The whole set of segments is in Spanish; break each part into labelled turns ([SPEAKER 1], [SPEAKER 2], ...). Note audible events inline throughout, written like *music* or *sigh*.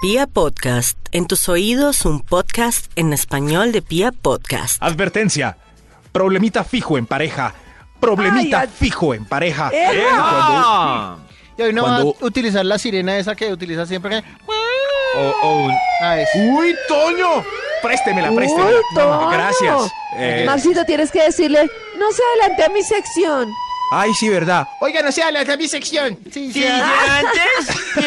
[SPEAKER 1] Pia Podcast, en tus oídos un podcast en español de Pia Podcast.
[SPEAKER 2] Advertencia. Problemita fijo en pareja. Problemita
[SPEAKER 3] Ay, ad- ¿Eh?
[SPEAKER 2] fijo en pareja.
[SPEAKER 3] ¡Epa!
[SPEAKER 4] Y hoy no
[SPEAKER 2] Cuando-
[SPEAKER 4] va a utilizar la sirena esa que utiliza siempre. que-
[SPEAKER 2] O- o un-
[SPEAKER 4] Ah, es.
[SPEAKER 2] ¡Uy, Toño! Préstemela, préstemela.
[SPEAKER 3] Uy,
[SPEAKER 2] No,
[SPEAKER 3] Toño.
[SPEAKER 2] gracias. Eh,
[SPEAKER 3] Maxito, tienes que decirle, no se adelante a mi sección.
[SPEAKER 2] ay, sí, verdad.
[SPEAKER 5] Oiga, no sea la de mi sección.
[SPEAKER 4] Sí,
[SPEAKER 5] Sí,
[SPEAKER 4] sí, ah,
[SPEAKER 5] ya.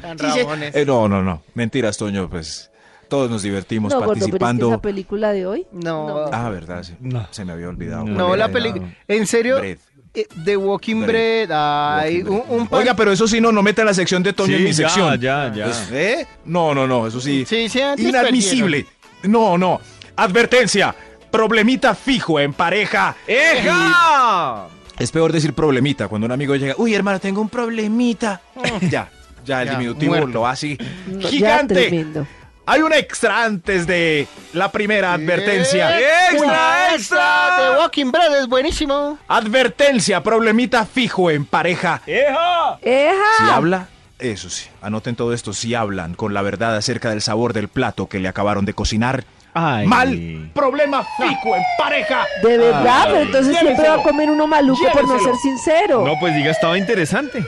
[SPEAKER 4] tan
[SPEAKER 5] sí, sí.
[SPEAKER 4] rabones.
[SPEAKER 2] Eh, no, no, no. Mentiras, Toño, pues todos nos divertimos
[SPEAKER 3] No, gordo, pero es que
[SPEAKER 2] participando.
[SPEAKER 3] esa película de hoy.
[SPEAKER 4] No.
[SPEAKER 2] Ah, verdad, sí. Se me había olvidado.
[SPEAKER 4] No,
[SPEAKER 2] Olvidé,
[SPEAKER 4] la película. En serio,
[SPEAKER 2] Bread.
[SPEAKER 4] eh, The Walking
[SPEAKER 2] Bread.
[SPEAKER 4] Bread. Ay,
[SPEAKER 2] Walking
[SPEAKER 4] un,
[SPEAKER 2] Bread.
[SPEAKER 4] un pan-
[SPEAKER 2] Oiga, pero eso sí no, no meta la sección de Toño en mi sección.
[SPEAKER 6] Ya, ya,
[SPEAKER 2] Pues, ¿eh? No, no, no, eso sí.
[SPEAKER 4] Sí, sí, antes
[SPEAKER 2] Inadmisible. No, no. Advertencia. Problemita fijo en pareja.
[SPEAKER 4] Eh.
[SPEAKER 6] ¡Eja!
[SPEAKER 2] Es peor decir problemita cuando un amigo llega. Uy, hermano, tengo un problemita. ya, ya el
[SPEAKER 4] Mm. Ya,
[SPEAKER 2] diminutivo
[SPEAKER 4] muerto.
[SPEAKER 2] lo hace
[SPEAKER 3] No, Ya,
[SPEAKER 2] gigante.
[SPEAKER 3] tremendo.
[SPEAKER 2] Hay un extra antes de la primera advertencia.
[SPEAKER 4] ¡Extra, extra! The Walking Bread es buenísimo.
[SPEAKER 2] Advertencia, problemita fijo en pareja.
[SPEAKER 6] ¡Eja!
[SPEAKER 2] Si
[SPEAKER 3] ¡Eja!
[SPEAKER 2] habla, eso sí. Anoten todo esto. Si hablan con la verdad acerca del sabor del plato que le acabaron de cocinar,
[SPEAKER 6] Ay.
[SPEAKER 2] mal. Problema fijo en pareja.
[SPEAKER 3] De verdad,
[SPEAKER 2] Ah.
[SPEAKER 3] pero entonces siempre va
[SPEAKER 2] lléveselo.
[SPEAKER 3] a comer uno maluco por no
[SPEAKER 2] Lléveselo.
[SPEAKER 3] ser sincero.
[SPEAKER 6] No, pues diga, estaba interesante.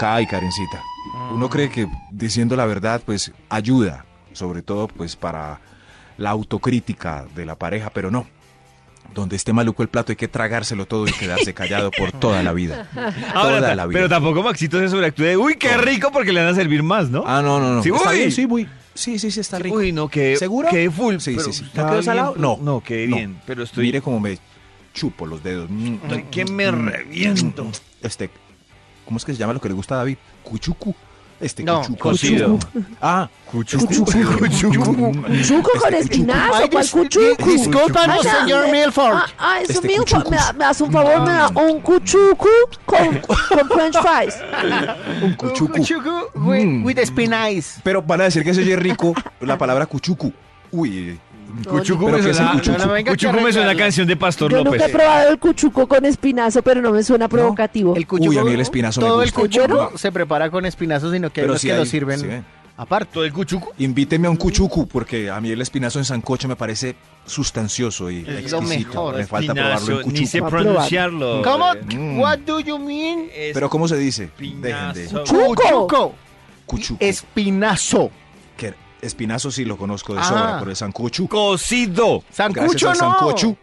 [SPEAKER 2] Ay, Karencita. Uno cree que diciendo la verdad, pues ayuda, sobre todo pues para la autocrítica de la pareja, pero no. Donde esté maluco el plato hay que tragárselo todo y quedarse callado por toda la vida.
[SPEAKER 6] Ahora,
[SPEAKER 2] toda
[SPEAKER 6] ta-
[SPEAKER 2] la vida.
[SPEAKER 6] pero tampoco Maxito se sobreactúe. de, Uy, qué rico porque le van a servir más, ¿no?
[SPEAKER 2] Ah, no, no, no.
[SPEAKER 6] Sí,
[SPEAKER 2] Está
[SPEAKER 6] uy.
[SPEAKER 2] bien, sí, muy- Sí, sí, sí, está rico.
[SPEAKER 6] Uy, no, qué.
[SPEAKER 2] ¿Seguro?
[SPEAKER 6] Qué full.
[SPEAKER 2] Sí,
[SPEAKER 6] pero
[SPEAKER 2] sí, sí. ¿Te
[SPEAKER 6] está
[SPEAKER 2] quedó
[SPEAKER 6] bien,
[SPEAKER 2] salado?
[SPEAKER 6] pero-
[SPEAKER 2] No.
[SPEAKER 6] No, qué bien. Pero estoy.
[SPEAKER 2] Mire cómo me chupo los dedos. Mm,
[SPEAKER 6] Ay, que me
[SPEAKER 2] mm,
[SPEAKER 6] reviento.
[SPEAKER 2] mm. Este, ¿cómo es que se llama lo que le gusta a David? Cuchucu. Este
[SPEAKER 4] No,
[SPEAKER 2] cuchucu.
[SPEAKER 6] cocido.
[SPEAKER 2] Cuchucu. Ah, cuchucu.
[SPEAKER 3] Cuchuco
[SPEAKER 2] Este
[SPEAKER 3] con espinazo,
[SPEAKER 4] Ay,
[SPEAKER 3] ¿cuál
[SPEAKER 4] dis-
[SPEAKER 3] cuchuco?
[SPEAKER 4] di- discúlpanos,
[SPEAKER 3] Ay,
[SPEAKER 4] señor
[SPEAKER 3] dame-
[SPEAKER 4] Milford.
[SPEAKER 3] Ah, ah, eso
[SPEAKER 2] Este
[SPEAKER 3] mío, fa-
[SPEAKER 2] cuchuco.
[SPEAKER 3] me, da- me hace un favor, me da un cuchuco
[SPEAKER 2] *laughs*
[SPEAKER 3] con, con french fries.
[SPEAKER 2] Un cuchucu.
[SPEAKER 4] Cuchucu with,
[SPEAKER 2] Mm.
[SPEAKER 4] with spin eyes.
[SPEAKER 2] Pero van a decir que se oye rico la palabra cuchucu. Uy.
[SPEAKER 6] Cuchucu
[SPEAKER 2] Pero
[SPEAKER 6] me
[SPEAKER 2] que es
[SPEAKER 6] suena.
[SPEAKER 2] el cuchucu.
[SPEAKER 4] No, no, venga,
[SPEAKER 6] Cuchucu me
[SPEAKER 4] que
[SPEAKER 6] suena a
[SPEAKER 4] arreglarla.
[SPEAKER 6] canción de Pastor
[SPEAKER 3] Yo
[SPEAKER 6] López.
[SPEAKER 2] pues.
[SPEAKER 3] nunca he probado el cuchuco con espinazo, pero no me suena provocativo.
[SPEAKER 4] El cuchucu.
[SPEAKER 2] Uy, a mí el espinazo me
[SPEAKER 4] Todo
[SPEAKER 2] gusta.
[SPEAKER 4] el cuchucu
[SPEAKER 2] Bueno.
[SPEAKER 4] se prepara con espinazos, sino que hay los
[SPEAKER 2] sí
[SPEAKER 4] que
[SPEAKER 2] hay-
[SPEAKER 4] lo
[SPEAKER 2] sí,
[SPEAKER 4] sirven
[SPEAKER 2] ven.
[SPEAKER 4] aparte.
[SPEAKER 6] ¿Todo el cuchucu?
[SPEAKER 2] Invíteme a un cuchucu porque a mí el espinazo en sancocho me parece sustancioso y
[SPEAKER 4] Es
[SPEAKER 2] exquisito.
[SPEAKER 4] lo mejor.
[SPEAKER 2] Me falta probarlo en
[SPEAKER 6] Espinazo, Ni sé
[SPEAKER 2] cuchucu.
[SPEAKER 3] Va a probar.
[SPEAKER 6] pronunciarlo.
[SPEAKER 4] ¿Cómo?
[SPEAKER 2] Mm.
[SPEAKER 4] What do you mean?
[SPEAKER 6] Es-
[SPEAKER 2] Pero ¿cómo se dice? Dejen
[SPEAKER 6] Espinazo.
[SPEAKER 2] de...
[SPEAKER 3] Cuchuco.
[SPEAKER 4] Cuchuco.
[SPEAKER 2] Cuchucu.
[SPEAKER 4] Espinazo.
[SPEAKER 2] que espinazo sí lo conozco de
[SPEAKER 4] Ajá.
[SPEAKER 2] sobra, pero el sancocho.
[SPEAKER 6] Cocido.
[SPEAKER 2] Gracias
[SPEAKER 4] Sancucho
[SPEAKER 2] al
[SPEAKER 4] Ah. no.
[SPEAKER 2] sancocho.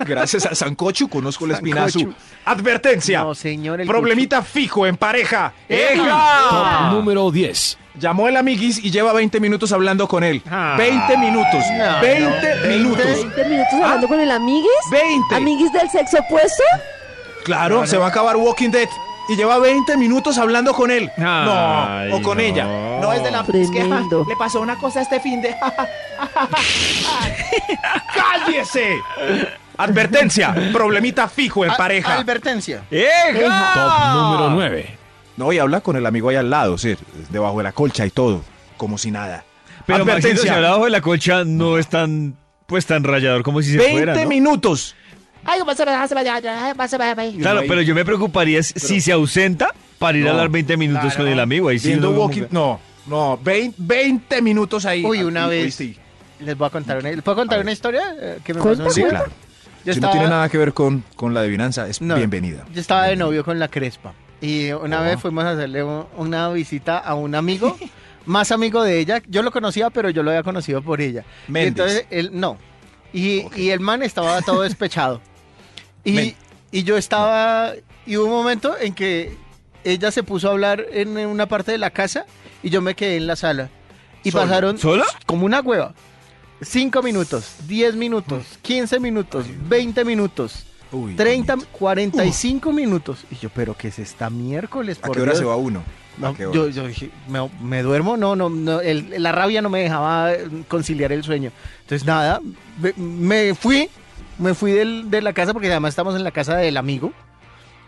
[SPEAKER 2] Gracias al sancocho conozco el espinazo.
[SPEAKER 4] Sancocho.
[SPEAKER 2] Advertencia.
[SPEAKER 4] No, señor, el
[SPEAKER 2] Problemita fijo en pareja.
[SPEAKER 6] ¡Eja!
[SPEAKER 7] Número 10.
[SPEAKER 2] Llamó el amiguis y lleva 20 minutos hablando con él.
[SPEAKER 6] Ah.
[SPEAKER 2] 20 minutos.
[SPEAKER 4] No,
[SPEAKER 2] 20
[SPEAKER 4] no.
[SPEAKER 2] minutos.
[SPEAKER 3] 20 minutos hablando con el amiguis.
[SPEAKER 2] 20.
[SPEAKER 3] ¿Amiguis del sexo opuesto?
[SPEAKER 2] Claro, se va a acabar Walking Dead. Y lleva 20 minutos hablando con él.
[SPEAKER 6] Ay,
[SPEAKER 2] no, o con
[SPEAKER 6] no.
[SPEAKER 2] ella.
[SPEAKER 5] No es de
[SPEAKER 4] Ah,
[SPEAKER 5] la
[SPEAKER 4] pues
[SPEAKER 3] Tremendo.
[SPEAKER 5] es que, ja, le pasó una cosa este fin de.
[SPEAKER 2] ¡Cállese! Advertencia. Problemita fijo en
[SPEAKER 4] Al-
[SPEAKER 2] pareja.
[SPEAKER 4] Advertencia.
[SPEAKER 6] ¡Eja!
[SPEAKER 7] Top número 9.
[SPEAKER 2] No, y habla con el amigo ahí al lado, sí, debajo de la colcha y todo, como si nada.
[SPEAKER 6] Pero Maxito, si
[SPEAKER 2] Advertencia,
[SPEAKER 6] hablaba de la colcha, no es tan, pues, tan rayador como si se
[SPEAKER 2] 20
[SPEAKER 6] fuera, ¿no?
[SPEAKER 2] minutos.
[SPEAKER 5] Ay, ¿cómo se la- se la- ya, ya, se la- ya,
[SPEAKER 6] Claro, pero yo me preocuparía es si se ausenta para ir a
[SPEAKER 2] No,
[SPEAKER 6] hablar 20 minutos
[SPEAKER 4] claro.
[SPEAKER 6] con el amigo. Ahí sí
[SPEAKER 2] Viendo
[SPEAKER 6] lo veo
[SPEAKER 2] walking,
[SPEAKER 6] como
[SPEAKER 2] no, no, vein- 20 minutos ahí.
[SPEAKER 4] Uy, una
[SPEAKER 2] Uy,
[SPEAKER 4] vez.
[SPEAKER 2] sí.
[SPEAKER 4] Les voy a contar una, ¿les puedo contar
[SPEAKER 2] A ver.
[SPEAKER 4] una historia eh, que me
[SPEAKER 3] Cuenta,
[SPEAKER 4] pasó un
[SPEAKER 2] Sí,
[SPEAKER 4] día?
[SPEAKER 2] claro.
[SPEAKER 4] Yo
[SPEAKER 2] si
[SPEAKER 4] estaba-
[SPEAKER 2] no tiene nada que ver con, con la adivinanza, es
[SPEAKER 4] No,
[SPEAKER 2] bienvenida. Oh.
[SPEAKER 4] Yo estaba de novio con la Crespa. Y una
[SPEAKER 2] Ajá.
[SPEAKER 4] vez fuimos a hacerle un- una visita a un amigo, *laughs* más amigo de ella. Yo lo conocía, pero yo lo había conocido por ella. Y
[SPEAKER 2] Méndez.
[SPEAKER 4] entonces él, no. Y,
[SPEAKER 2] Ok.
[SPEAKER 4] y el man estaba
[SPEAKER 2] *laughs*
[SPEAKER 4] todo despechado.
[SPEAKER 2] Men-
[SPEAKER 4] y, y yo estaba. Y hubo un momento en que ella se puso a hablar en una parte de la casa y yo me quedé en la sala. Y
[SPEAKER 2] Solo.
[SPEAKER 4] pasaron
[SPEAKER 6] ¿Solo?
[SPEAKER 4] como una hueva. Cinco minutos, 10 minutos, 15 minutos, 20 minutos.
[SPEAKER 2] Uy,
[SPEAKER 4] 30,
[SPEAKER 2] Dios.
[SPEAKER 4] 45 minutos. Y yo, pero ¿qué es esta miércoles?
[SPEAKER 2] ¿A
[SPEAKER 4] por
[SPEAKER 2] qué hora
[SPEAKER 4] Dios?
[SPEAKER 2] se va uno? ¿A
[SPEAKER 4] No,
[SPEAKER 2] qué hora?
[SPEAKER 4] yo, yo dije, ¿me, me duermo? No, no, no el- la rabia no me dejaba eh, conciliar el sueño. Entonces, nada, me, me fui, me fui del- de la casa porque además estamos en la casa del amigo.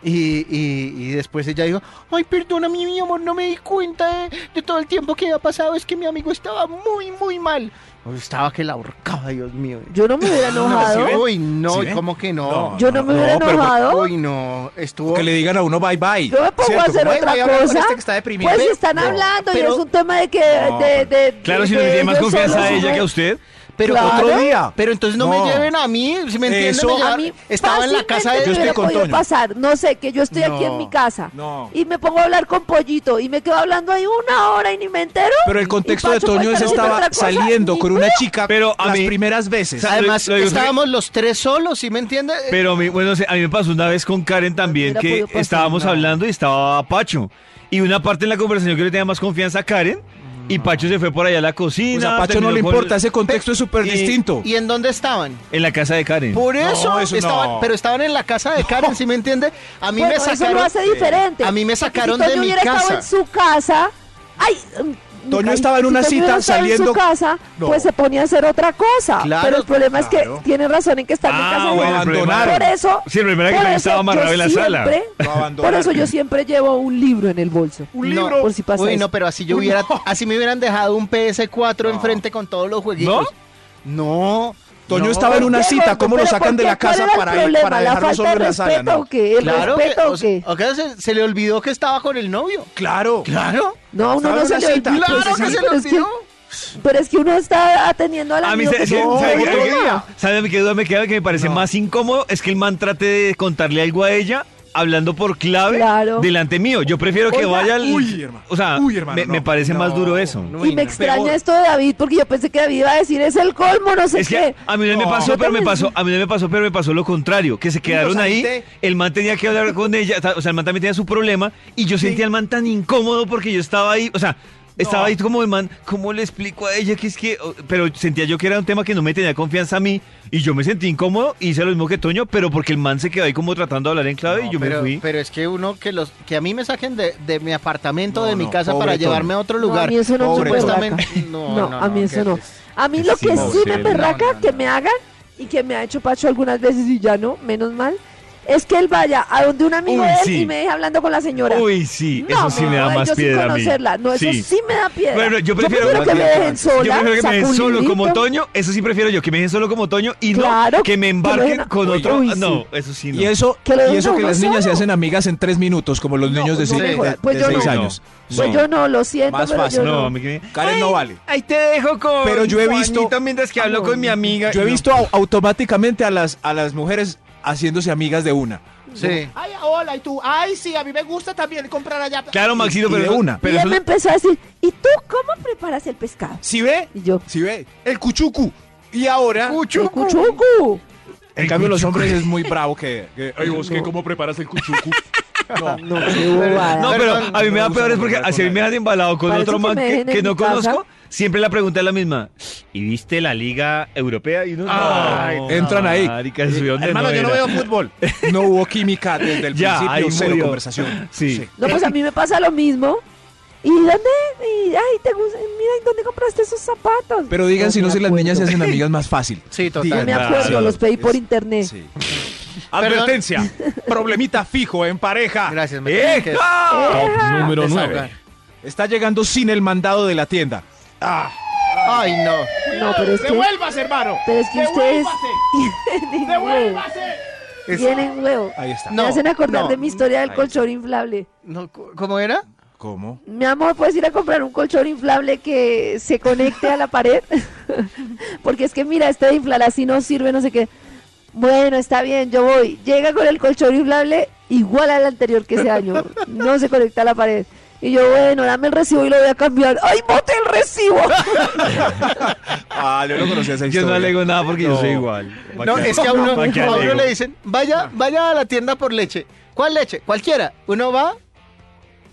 [SPEAKER 4] Y, y- y después ella dijo, ay, perdóname, mi amor, no me di cuenta de, de todo el tiempo que había pasado. Es que mi amigo estaba muy, muy mal. Uy, Estaba que la ahorcaba, Dios mío.
[SPEAKER 3] Yo no me hubiera enojado.
[SPEAKER 4] Uy, no,
[SPEAKER 2] ¿Sí ven?
[SPEAKER 4] ¿cómo que no? pues,
[SPEAKER 3] Yo no me hubiera
[SPEAKER 2] No, pero-
[SPEAKER 3] enojado.
[SPEAKER 4] Uy, no, estuvo...
[SPEAKER 2] Que le digan a uno bye bye.
[SPEAKER 3] Yo me pongo a
[SPEAKER 2] ¿cierto?
[SPEAKER 3] hacer
[SPEAKER 2] Como,
[SPEAKER 3] otra
[SPEAKER 2] "Ay, voy a hablar con
[SPEAKER 3] cosa.
[SPEAKER 2] este que está deprimido".
[SPEAKER 3] pues
[SPEAKER 2] Ve,
[SPEAKER 3] están
[SPEAKER 2] no.
[SPEAKER 3] hablando y
[SPEAKER 4] pero-
[SPEAKER 3] es un tema de que.
[SPEAKER 2] No,
[SPEAKER 3] de, de-
[SPEAKER 6] Claro,
[SPEAKER 3] de-
[SPEAKER 6] si no le
[SPEAKER 3] de
[SPEAKER 6] tiene más
[SPEAKER 3] ellos
[SPEAKER 6] confianza a
[SPEAKER 3] solos,
[SPEAKER 6] ella
[SPEAKER 3] ¿no?
[SPEAKER 6] que a usted.
[SPEAKER 4] Pero
[SPEAKER 3] Claro.
[SPEAKER 4] otro día. Pero entonces no,
[SPEAKER 2] No.
[SPEAKER 4] me lleven a mí, si me entienden.
[SPEAKER 2] Eso-
[SPEAKER 4] me llevan-
[SPEAKER 3] A mí
[SPEAKER 4] estaba en la casa
[SPEAKER 2] Yo
[SPEAKER 3] fácilmente
[SPEAKER 4] de...
[SPEAKER 2] estoy
[SPEAKER 3] me
[SPEAKER 2] con
[SPEAKER 3] podía
[SPEAKER 2] Toño.
[SPEAKER 3] pasar. No sé, que yo estoy aquí en
[SPEAKER 4] No,
[SPEAKER 3] mi casa
[SPEAKER 2] no.
[SPEAKER 3] y me pongo a hablar con Pollito y me quedo hablando ahí una hora y ni me entero.
[SPEAKER 2] Pero el
[SPEAKER 3] Y
[SPEAKER 2] contexto de
[SPEAKER 3] Pacho puede
[SPEAKER 2] Toño es
[SPEAKER 3] estar haciendo
[SPEAKER 2] estaba
[SPEAKER 3] otra cosa.
[SPEAKER 2] saliendo con una chica
[SPEAKER 6] Pero a
[SPEAKER 2] las
[SPEAKER 6] mí-
[SPEAKER 2] primeras veces.
[SPEAKER 6] Sa-
[SPEAKER 4] Además,
[SPEAKER 6] Lo digo-
[SPEAKER 4] estábamos los tres solos, ¿sí me entiendes?
[SPEAKER 6] Pero a mí, bueno, se- a mí me pasó una vez con Karen también
[SPEAKER 3] Hubiera
[SPEAKER 6] que
[SPEAKER 3] podido pasar,
[SPEAKER 6] estábamos
[SPEAKER 4] no.
[SPEAKER 6] hablando y estaba Pacho. Y una parte en la conversación que le tenía más confianza a Karen y Pacho se fue por allá a la cocina.
[SPEAKER 2] Pues a Pacho no
[SPEAKER 6] terminó
[SPEAKER 2] le
[SPEAKER 6] con-
[SPEAKER 2] importa, ese contexto es súper
[SPEAKER 6] y-
[SPEAKER 2] distinto.
[SPEAKER 4] ¿Y en dónde estaban?
[SPEAKER 6] En la casa de Karen.
[SPEAKER 4] Por eso,
[SPEAKER 2] eso
[SPEAKER 4] estaban,
[SPEAKER 2] no.
[SPEAKER 4] pero estaban en la casa de Karen, ¿sí me entiende? A mí
[SPEAKER 3] Bueno,
[SPEAKER 4] me sacaron.
[SPEAKER 3] eso lo hace diferente.
[SPEAKER 4] A mí me
[SPEAKER 3] Porque
[SPEAKER 4] sacaron
[SPEAKER 3] si Toño
[SPEAKER 4] de mi
[SPEAKER 3] hubiera estado
[SPEAKER 4] casa.
[SPEAKER 3] en su casa. Ay, mm,
[SPEAKER 2] Toño
[SPEAKER 3] ay,
[SPEAKER 2] estaba en
[SPEAKER 3] si
[SPEAKER 2] una
[SPEAKER 3] Toño
[SPEAKER 2] cita
[SPEAKER 3] hubiera estado
[SPEAKER 2] saliendo-
[SPEAKER 3] En su casa,
[SPEAKER 2] No.
[SPEAKER 3] pues se ponía a hacer otra cosa.
[SPEAKER 4] Claro,
[SPEAKER 3] Pero el problema es
[SPEAKER 2] claro.
[SPEAKER 3] que tienen razón en que están en
[SPEAKER 6] Ah,
[SPEAKER 3] casa. de
[SPEAKER 6] bueno,
[SPEAKER 3] él.
[SPEAKER 6] el problema-
[SPEAKER 2] abandonaron.
[SPEAKER 3] Por eso.
[SPEAKER 6] Sí, el problema era que
[SPEAKER 3] por
[SPEAKER 6] también
[SPEAKER 3] eso
[SPEAKER 6] estaba amarrado
[SPEAKER 3] yo
[SPEAKER 6] en la sala.
[SPEAKER 3] siempre-
[SPEAKER 2] Lo abandonaron.
[SPEAKER 3] Por eso yo siempre llevo un libro en el bolso.
[SPEAKER 4] No,
[SPEAKER 3] Por si pasa
[SPEAKER 4] Uy,
[SPEAKER 3] eso.
[SPEAKER 4] no, pero así yo hubiera, así me hubieran dejado un PS4 enfrente con todos los jueguitos. No, no.
[SPEAKER 2] Toño estaba en una
[SPEAKER 3] ¿Qué,
[SPEAKER 2] cita,
[SPEAKER 3] gordo?
[SPEAKER 2] ¿cómo lo
[SPEAKER 3] ¿Pero
[SPEAKER 2] sacan
[SPEAKER 3] por
[SPEAKER 2] de
[SPEAKER 3] qué?
[SPEAKER 2] la
[SPEAKER 3] ¿Cuál
[SPEAKER 2] casa
[SPEAKER 3] era el
[SPEAKER 2] para, ir-
[SPEAKER 3] problema?
[SPEAKER 2] para
[SPEAKER 3] ¿La
[SPEAKER 2] dejarlo
[SPEAKER 3] falta
[SPEAKER 2] solo
[SPEAKER 3] de
[SPEAKER 2] en la sala?
[SPEAKER 3] respeto
[SPEAKER 2] No.
[SPEAKER 3] o qué? ¿El
[SPEAKER 4] Claro que,
[SPEAKER 3] respeto
[SPEAKER 4] o
[SPEAKER 3] o
[SPEAKER 4] sea,
[SPEAKER 3] qué?
[SPEAKER 4] o que se, se le olvidó que estaba con el novio.
[SPEAKER 2] Claro.
[SPEAKER 4] Claro.
[SPEAKER 3] No, uno
[SPEAKER 2] Estaba
[SPEAKER 3] no
[SPEAKER 2] en
[SPEAKER 3] se
[SPEAKER 2] una
[SPEAKER 3] le
[SPEAKER 2] cita.
[SPEAKER 3] olvida.
[SPEAKER 4] Claro
[SPEAKER 2] Pues
[SPEAKER 4] que
[SPEAKER 2] sí,
[SPEAKER 4] se le
[SPEAKER 3] pero es que-
[SPEAKER 4] olvidó.
[SPEAKER 3] Pero es que uno está atendiendo a la
[SPEAKER 6] A mí, se, se-
[SPEAKER 3] no,
[SPEAKER 6] ¿sabe qué-
[SPEAKER 3] no,
[SPEAKER 6] qué-
[SPEAKER 3] no.
[SPEAKER 6] ¿sabe qué duda me queda? Que me parece más incómodo es que el man trate de contarle algo a ella hablando por clave
[SPEAKER 3] Claro.
[SPEAKER 6] delante mío. Yo prefiero que
[SPEAKER 3] Oiga,
[SPEAKER 6] vaya al...
[SPEAKER 2] uy, hermano,
[SPEAKER 6] o sea,
[SPEAKER 2] uy, hermano,
[SPEAKER 6] me, me
[SPEAKER 2] no,
[SPEAKER 6] parece más
[SPEAKER 2] no,
[SPEAKER 6] duro eso.
[SPEAKER 2] no.
[SPEAKER 3] Y me extraña esto de David porque yo pensé que David iba a decir es el colmo, no sé
[SPEAKER 6] Es que ah,
[SPEAKER 3] qué.
[SPEAKER 6] a mí no, me
[SPEAKER 2] No.
[SPEAKER 6] pasó,
[SPEAKER 3] Yo
[SPEAKER 6] pero me
[SPEAKER 3] también-
[SPEAKER 6] pasó, a mí no me pasó, pero me pasó lo contrario, que se quedaron ahí,
[SPEAKER 2] saliste.
[SPEAKER 6] el man tenía que hablar con ella, ta- o sea, el man también tenía su problema, y yo sentía al man tan incómodo porque yo estaba ahí, o sea, estaba ahí como el man, ¿cómo le explico a ella que es que, o- pero sentía yo que era un tema que no me tenía confianza a mí, y yo me sentí incómodo, hice lo mismo que Toño, pero porque el man se quedó ahí como tratando de hablar en clave y yo
[SPEAKER 4] pero,
[SPEAKER 6] me fui.
[SPEAKER 4] pero es que uno que los que a mí me saquen de, de mi apartamento,
[SPEAKER 2] No,
[SPEAKER 4] de mi
[SPEAKER 2] no,
[SPEAKER 4] casa
[SPEAKER 2] pobre
[SPEAKER 4] para
[SPEAKER 2] Toño.
[SPEAKER 4] llevarme a otro
[SPEAKER 3] No,
[SPEAKER 4] lugar.
[SPEAKER 3] a mí eso no me
[SPEAKER 2] Pobre
[SPEAKER 4] supuestamente.
[SPEAKER 3] berraca.
[SPEAKER 4] No,
[SPEAKER 3] No,
[SPEAKER 4] no,
[SPEAKER 3] a mí
[SPEAKER 4] no,
[SPEAKER 3] eso
[SPEAKER 4] que-
[SPEAKER 3] no. A mí
[SPEAKER 2] que
[SPEAKER 3] lo
[SPEAKER 2] sí,
[SPEAKER 3] que
[SPEAKER 2] no,
[SPEAKER 3] sí me
[SPEAKER 2] sí,
[SPEAKER 3] berraca
[SPEAKER 4] no, no,
[SPEAKER 3] que
[SPEAKER 4] no.
[SPEAKER 3] me hagan y que me ha hecho Pacho algunas veces y ya no, menos mal, es que él vaya a donde un amigo
[SPEAKER 6] Uy,
[SPEAKER 3] de él
[SPEAKER 6] sí.
[SPEAKER 3] y me deje hablando con la señora.
[SPEAKER 6] Uy, sí,
[SPEAKER 3] No,
[SPEAKER 6] eso sí me da
[SPEAKER 3] no,
[SPEAKER 6] más
[SPEAKER 3] yo sin
[SPEAKER 6] piedra a mí.
[SPEAKER 3] conocerla. No, eso sí me da piedra.
[SPEAKER 6] Bueno, yo prefiero,
[SPEAKER 3] que me dejen sola.
[SPEAKER 6] Yo prefiero que me dejen solo
[SPEAKER 3] sacudidito.
[SPEAKER 6] como Toño. Eso sí prefiero yo, que me dejen solo como Toño y no
[SPEAKER 3] Claro,
[SPEAKER 6] que me
[SPEAKER 3] que lo
[SPEAKER 6] embarquen
[SPEAKER 3] dejen-
[SPEAKER 6] con
[SPEAKER 3] Uy,
[SPEAKER 6] otro. Ah,
[SPEAKER 3] uy,
[SPEAKER 6] no,
[SPEAKER 3] sí.
[SPEAKER 6] eso sí no.
[SPEAKER 2] Y eso,
[SPEAKER 3] Que lo
[SPEAKER 2] y eso
[SPEAKER 3] dejan
[SPEAKER 2] que
[SPEAKER 3] uno
[SPEAKER 2] las niñas se
[SPEAKER 3] solo.
[SPEAKER 2] hacen amigas en tres minutos, como los niños de,
[SPEAKER 3] no
[SPEAKER 2] seis-
[SPEAKER 4] me
[SPEAKER 2] de-
[SPEAKER 4] jodas.
[SPEAKER 3] Pues
[SPEAKER 2] de
[SPEAKER 3] yo
[SPEAKER 2] seis
[SPEAKER 6] no.
[SPEAKER 2] años.
[SPEAKER 3] Pues
[SPEAKER 2] No.
[SPEAKER 3] yo no, lo siento,
[SPEAKER 2] Más
[SPEAKER 3] pero
[SPEAKER 2] fácil.
[SPEAKER 3] yo
[SPEAKER 6] no,
[SPEAKER 3] no.
[SPEAKER 6] mi querida.
[SPEAKER 2] Karen no vale.
[SPEAKER 6] Ahí te dejo con.
[SPEAKER 2] Pero yo he visto-
[SPEAKER 6] Juanito mientras que hablo con mi amiga.
[SPEAKER 2] Yo he
[SPEAKER 6] No.
[SPEAKER 2] visto au- automáticamente a las, a las mujeres haciéndose amigas de una.
[SPEAKER 4] Sí.
[SPEAKER 5] Ay, hola, y tú. Ay, sí, a mí me gusta también comprar allá.
[SPEAKER 6] Claro, Maxito,
[SPEAKER 2] y
[SPEAKER 6] pero
[SPEAKER 2] de
[SPEAKER 6] eso-
[SPEAKER 2] una.
[SPEAKER 6] Pero
[SPEAKER 3] y él
[SPEAKER 6] eso-
[SPEAKER 3] me empezó a decir, ¿y tú cómo preparas el pescado?
[SPEAKER 2] Si ve,
[SPEAKER 3] Y yo,
[SPEAKER 2] si ve, el cuchucu. Y ahora,
[SPEAKER 3] "El cuchucu.
[SPEAKER 2] en cambio, los hombres es muy bravo que. que Ay, vos, ¿qué, ¿cómo preparas el cuchucu? No.
[SPEAKER 3] No, qué bobada.
[SPEAKER 6] No, pero
[SPEAKER 2] Perdón,
[SPEAKER 6] a mí
[SPEAKER 2] no
[SPEAKER 6] me
[SPEAKER 2] me
[SPEAKER 6] da
[SPEAKER 2] gusta
[SPEAKER 6] peor es porque
[SPEAKER 2] conversar
[SPEAKER 6] así
[SPEAKER 2] con
[SPEAKER 6] a mí me
[SPEAKER 2] nadie.
[SPEAKER 6] han embalado con
[SPEAKER 3] Parece
[SPEAKER 6] otro
[SPEAKER 3] que
[SPEAKER 6] man
[SPEAKER 3] me
[SPEAKER 6] que,
[SPEAKER 3] dejen en
[SPEAKER 6] que no
[SPEAKER 3] mi casa.
[SPEAKER 6] conozco. Siempre la pregunta es la misma. ¿Y viste la Liga Europea? Y uno,
[SPEAKER 2] Ay,
[SPEAKER 6] no,
[SPEAKER 2] entran ahí. Eh,
[SPEAKER 6] marica, eso es donde
[SPEAKER 2] Hermano, yo no
[SPEAKER 6] era.
[SPEAKER 2] veo
[SPEAKER 6] *laughs*
[SPEAKER 2] fútbol. No hubo química desde el
[SPEAKER 6] Ya, ahí
[SPEAKER 2] principio, cero
[SPEAKER 6] murió.
[SPEAKER 2] conversación.
[SPEAKER 6] Sí.
[SPEAKER 3] No, pues a mí me pasa lo mismo. ¿Y dónde? Y, ay, te gusta, mira, ¿y dónde compraste esos zapatos?
[SPEAKER 2] Pero digan si no,
[SPEAKER 3] me
[SPEAKER 2] si las
[SPEAKER 3] acuerdo.
[SPEAKER 2] niñas se hacen amigas más fácil.
[SPEAKER 4] *laughs* Sí, total.
[SPEAKER 3] No me
[SPEAKER 2] Digan,
[SPEAKER 3] acuerdo,
[SPEAKER 2] sí.
[SPEAKER 3] los pedí por
[SPEAKER 2] Es-
[SPEAKER 3] internet.
[SPEAKER 2] Sí.
[SPEAKER 6] *laughs*
[SPEAKER 2] Advertencia. Problemita fijo en pareja.
[SPEAKER 4] Gracias, me
[SPEAKER 2] ¡Eh!
[SPEAKER 4] tengo que
[SPEAKER 7] Top
[SPEAKER 6] Ah,
[SPEAKER 7] número
[SPEAKER 4] desahogar.
[SPEAKER 7] 9.
[SPEAKER 2] Está llegando sin el mandado de la tienda.
[SPEAKER 4] Ay, no.
[SPEAKER 3] No, pero es que,
[SPEAKER 5] ¡Devuélvase, hermano!
[SPEAKER 3] pero es que ustedes
[SPEAKER 5] ¡Devuélvase!
[SPEAKER 3] tienen huevo.
[SPEAKER 5] ¡Devuélvase!
[SPEAKER 4] Es-
[SPEAKER 3] Tienen huevo.
[SPEAKER 2] Ahí está.
[SPEAKER 4] No,
[SPEAKER 3] me hacen acordar
[SPEAKER 4] no.
[SPEAKER 3] de mi historia del
[SPEAKER 2] Ahí
[SPEAKER 3] colchón inflable.
[SPEAKER 4] no, cu- ¿Cómo era?
[SPEAKER 2] ¿Cómo?
[SPEAKER 3] Mi amor, ¿puedes ir a comprar un colchón inflable que se conecte a la pared? Porque es que mira, este de inflar así no sirve, no sé qué. Bueno, está bien, yo voy. Llega con el colchón inflable igual al anterior que ese año. No se conecta a la pared. Y yo, bueno, dame el recibo y lo voy a cambiar. ¡Ay, bote el
[SPEAKER 2] *laughs*
[SPEAKER 3] recibo!
[SPEAKER 2] Ah, yo no conocía esa
[SPEAKER 6] Yo
[SPEAKER 2] historia.
[SPEAKER 6] no alego nada porque yo soy
[SPEAKER 2] No.
[SPEAKER 6] igual.
[SPEAKER 4] No, es que
[SPEAKER 6] *laughs*
[SPEAKER 4] a uno,
[SPEAKER 6] ¿Para qué
[SPEAKER 4] a uno
[SPEAKER 6] alego?
[SPEAKER 4] le dicen, vaya, vaya a la tienda por leche. ¿Cuál leche? Cualquiera. Uno va,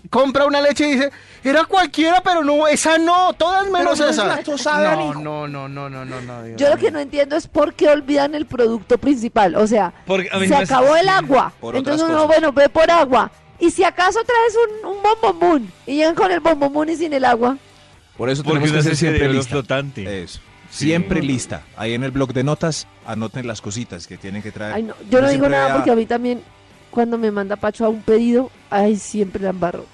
[SPEAKER 4] compra una leche y dice, era cualquiera, pero no, esa no, todas menos
[SPEAKER 5] no es
[SPEAKER 4] esa.
[SPEAKER 5] lactosada,
[SPEAKER 4] no,
[SPEAKER 5] mijo.
[SPEAKER 4] no, no, no, no, no, no. Dios
[SPEAKER 3] Yo lo
[SPEAKER 4] mío.
[SPEAKER 3] que no entiendo es por qué olvidan el producto principal. O sea,
[SPEAKER 6] Porque a mí
[SPEAKER 3] se
[SPEAKER 6] me-
[SPEAKER 3] acabó el agua.
[SPEAKER 2] Por otras
[SPEAKER 3] Entonces uno,
[SPEAKER 2] cosas.
[SPEAKER 3] bueno, ve por agua. Y si acaso traes un, un bombombón y llegan con el bombombón y sin el agua.
[SPEAKER 2] Por eso
[SPEAKER 6] Porque
[SPEAKER 2] tenemos
[SPEAKER 6] uno
[SPEAKER 2] que
[SPEAKER 6] es el
[SPEAKER 2] ser siempre
[SPEAKER 6] cerebro
[SPEAKER 2] lista.
[SPEAKER 6] flotante.
[SPEAKER 2] Eso. Siempre lista. Ahí en el blog de notas anoten las cositas que tienen que traer.
[SPEAKER 3] Ay, no, yo no digo
[SPEAKER 2] siempre
[SPEAKER 3] nada
[SPEAKER 2] vea-
[SPEAKER 3] porque a mí también cuando me manda Pacho a un pedido, ay, siempre la embarro.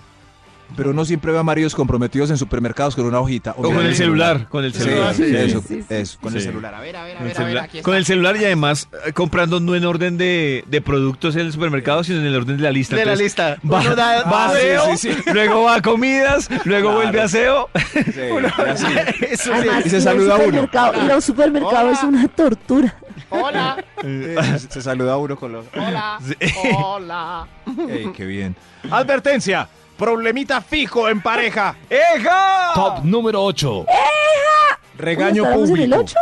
[SPEAKER 2] Pero no siempre ve a maridos comprometidos en supermercados con una hojita.
[SPEAKER 6] O con el celular, con el
[SPEAKER 2] Sí,
[SPEAKER 6] celular.
[SPEAKER 2] sí,
[SPEAKER 6] Sí.
[SPEAKER 2] eso,
[SPEAKER 3] Sí, sí,
[SPEAKER 2] eso, con el
[SPEAKER 6] Sí. *laughs*
[SPEAKER 2] celular.
[SPEAKER 5] A ver, a ver, a
[SPEAKER 6] Con el
[SPEAKER 5] ver, a ver,
[SPEAKER 6] celular-
[SPEAKER 5] aquí está.
[SPEAKER 6] Con el celular y además eh, comprando no en orden de, de productos en el supermercado, sino en el orden de la lista.
[SPEAKER 4] De la
[SPEAKER 6] Entonces,
[SPEAKER 4] lista.
[SPEAKER 6] Va,
[SPEAKER 4] Uno da-
[SPEAKER 6] va
[SPEAKER 2] Ah,
[SPEAKER 6] a
[SPEAKER 2] sí,
[SPEAKER 6] aseo,
[SPEAKER 2] sí, sí.
[SPEAKER 6] luego va a comidas, luego
[SPEAKER 2] Claro.
[SPEAKER 6] vuelve a aseo.
[SPEAKER 2] Sí, era así.
[SPEAKER 4] Eso Pues sí.
[SPEAKER 3] Además,
[SPEAKER 2] y se
[SPEAKER 3] ir al
[SPEAKER 2] saluda uno.
[SPEAKER 3] supermercado, ir a un supermercado
[SPEAKER 5] Hola.
[SPEAKER 3] es una tortura.
[SPEAKER 5] Hola,
[SPEAKER 2] Eh, *laughs* Se saluda uno con los...
[SPEAKER 5] hola,
[SPEAKER 6] *laughs*
[SPEAKER 5] hola.
[SPEAKER 2] *laughs* Ey, qué bien. Advertencia. Problemita fijo en pareja.
[SPEAKER 6] ¡Eja!
[SPEAKER 7] Top número 8.
[SPEAKER 2] Regaño
[SPEAKER 3] ¿Estamos
[SPEAKER 2] público.
[SPEAKER 3] en el ocho?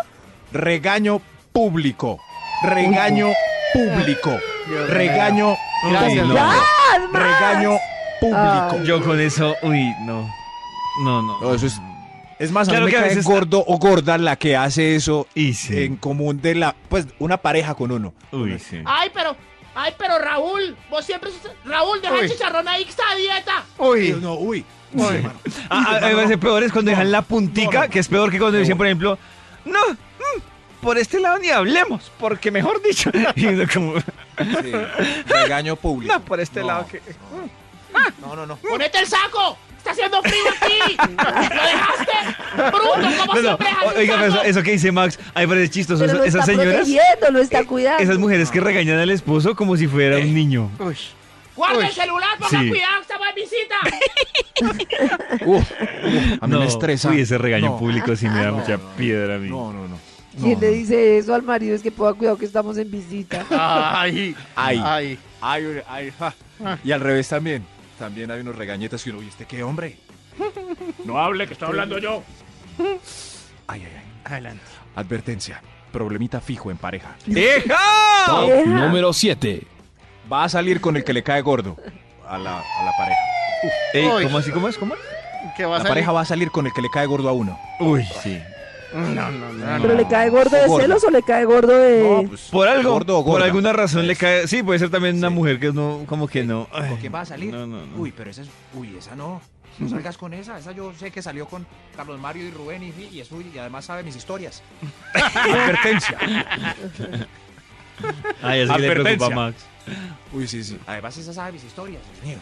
[SPEAKER 2] Regaño público. Regaño público. Regaño
[SPEAKER 4] Gracias,
[SPEAKER 2] público.
[SPEAKER 4] Max.
[SPEAKER 2] Regaño público.
[SPEAKER 6] Yo con eso, uy, no. No, no.
[SPEAKER 2] No, eso es. Es más,
[SPEAKER 6] Claro
[SPEAKER 2] a mí
[SPEAKER 6] que
[SPEAKER 2] me
[SPEAKER 6] a
[SPEAKER 2] cae
[SPEAKER 6] veces-
[SPEAKER 2] gordo o gorda la que hace eso
[SPEAKER 6] Y sí.
[SPEAKER 2] en común de la. Pues una pareja con uno.
[SPEAKER 6] Uy, sí.
[SPEAKER 5] Ay, pero, ay, pero Raúl, vos siempre... sos- Raúl, deja
[SPEAKER 4] Uy.
[SPEAKER 5] el chicharrón ahí que está a dieta.
[SPEAKER 2] Y
[SPEAKER 4] Uy,
[SPEAKER 2] uno, uy.
[SPEAKER 6] Ah, ah, a veces peor es cuando dejan la puntica,
[SPEAKER 2] No, no.
[SPEAKER 6] que es peor que cuando dicen, por ejemplo, no, mm, por este lado ni hablemos, porque mejor dicho. *laughs* Y uno como,
[SPEAKER 2] Sí, regaño público.
[SPEAKER 6] no, por este
[SPEAKER 2] No,
[SPEAKER 6] lado que.
[SPEAKER 2] No, no, no.
[SPEAKER 5] Ponete el saco. Está haciendo frío aquí. ¿Lo dejaste? Bruto, como
[SPEAKER 6] No, no,
[SPEAKER 5] siempre dejas el
[SPEAKER 6] Oiga, pero eso,
[SPEAKER 5] saco.
[SPEAKER 6] eso que dice Max, ahí parece chistoso.
[SPEAKER 3] Pero
[SPEAKER 6] Esas,
[SPEAKER 3] lo está
[SPEAKER 6] esas señoras,
[SPEAKER 3] protegiendo, lo está cuidando.
[SPEAKER 6] esas mujeres que regañan al esposo como si fuera
[SPEAKER 2] Eh,
[SPEAKER 6] un niño.
[SPEAKER 4] uy.
[SPEAKER 5] Guarda
[SPEAKER 4] Uy.
[SPEAKER 5] el celular, ponga
[SPEAKER 6] Sí.
[SPEAKER 5] cuidado, esta va en visita.
[SPEAKER 2] Uf, uf, a mí
[SPEAKER 6] No,
[SPEAKER 2] me estresa.
[SPEAKER 6] Uy, ese regaño
[SPEAKER 2] No,
[SPEAKER 6] público sí me da
[SPEAKER 2] No,
[SPEAKER 6] mucha
[SPEAKER 2] no,
[SPEAKER 6] piedra a mí.
[SPEAKER 2] No, no, no.
[SPEAKER 3] Quien
[SPEAKER 2] No,
[SPEAKER 3] le
[SPEAKER 2] no.
[SPEAKER 3] dice eso al marido es que pueda cuidado que estamos en visita.
[SPEAKER 4] Ay,
[SPEAKER 2] Ay.
[SPEAKER 4] ay.
[SPEAKER 2] Ay, ay, ja.
[SPEAKER 4] Ah.
[SPEAKER 2] Y al revés también. También hay unos regañetas que uno, ¿y este qué *laughs* hombre?
[SPEAKER 7] No hable, que está hablando yo.
[SPEAKER 2] *laughs* Ay, ay, ay.
[SPEAKER 4] Adelante.
[SPEAKER 2] Advertencia. Problemita fijo en pareja.
[SPEAKER 6] ¡Eja!
[SPEAKER 7] Top
[SPEAKER 3] Vieja.
[SPEAKER 7] número 7.
[SPEAKER 2] Va a salir con el que le cae gordo a la, a la pareja.
[SPEAKER 6] Ey,
[SPEAKER 4] Uy.
[SPEAKER 6] ¿Cómo así? ¿Cómo es? ¿Cómo es?
[SPEAKER 4] ¿Qué
[SPEAKER 2] La
[SPEAKER 4] va a salir?
[SPEAKER 2] pareja va a salir con el que le cae gordo a uno.
[SPEAKER 6] Uy, sí.
[SPEAKER 4] No, no, no.
[SPEAKER 3] ¿Pero
[SPEAKER 4] no.
[SPEAKER 3] le cae gordo de
[SPEAKER 2] Gordo.
[SPEAKER 3] celos o le cae gordo de...?
[SPEAKER 6] Por algo,
[SPEAKER 2] Gordo o
[SPEAKER 6] por
[SPEAKER 2] gorda.
[SPEAKER 6] alguna razón le
[SPEAKER 2] Es.
[SPEAKER 6] cae. Sí, puede ser también una
[SPEAKER 2] Sí.
[SPEAKER 6] mujer que no, como que no. ay,
[SPEAKER 2] ¿Con quién va a salir?
[SPEAKER 6] No, no, no.
[SPEAKER 2] Uy, pero esa es. Uy, esa no. No salgas con esa. Esa yo sé que salió con Carlos Mario y Rubén y, y es suya y además sabe mis historias. Advertencia.
[SPEAKER 6] Ay, así que le preocupa a Max.
[SPEAKER 2] Uy, sí, sí. Además, esa sabe mis historias, Dios mío.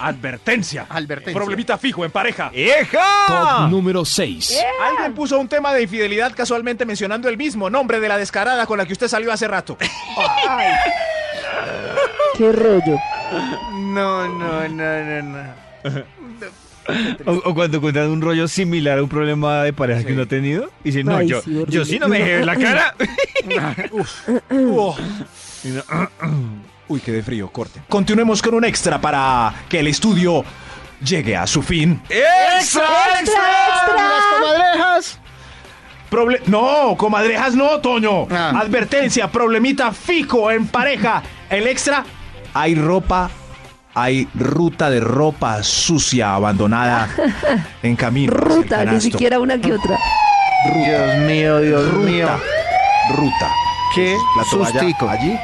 [SPEAKER 2] Advertencia.
[SPEAKER 4] Advertencia.
[SPEAKER 2] Problemita fijo en pareja.
[SPEAKER 7] Top
[SPEAKER 6] ¡Eja!
[SPEAKER 7] número 6.
[SPEAKER 2] Alguien puso un tema de infidelidad casualmente mencionando el mismo nombre de la descarada con la que usted salió hace rato.
[SPEAKER 3] ¿Qué rollo?
[SPEAKER 4] No, no, no, no, no.
[SPEAKER 6] O, o cuando cuentan un rollo similar a un problema de pareja que uno ha tenido. Y dicen, no,
[SPEAKER 3] Ay,
[SPEAKER 6] yo,
[SPEAKER 3] sí, horrible.
[SPEAKER 6] *laughs* yo sí no me dejé ver la cara. Y no, ah,
[SPEAKER 2] Uy, qué de frío, corte. Continuemos con un extra para que el estudio llegue a su fin.
[SPEAKER 6] ¡Extra!
[SPEAKER 4] Las comadrejas.
[SPEAKER 2] Proble- no, comadrejas no, Toño.
[SPEAKER 4] Ah.
[SPEAKER 2] Advertencia, problemita fijo en pareja. El extra. Hay ropa, hay ruta de ropa sucia abandonada en camino. hacia el
[SPEAKER 3] Ruta, ni
[SPEAKER 2] canasto.
[SPEAKER 3] siquiera una que otra.
[SPEAKER 4] Dios mío, Dios mío.
[SPEAKER 2] Ruta, ruta.
[SPEAKER 4] Qué
[SPEAKER 2] la toalla
[SPEAKER 4] sustico.
[SPEAKER 2] allí,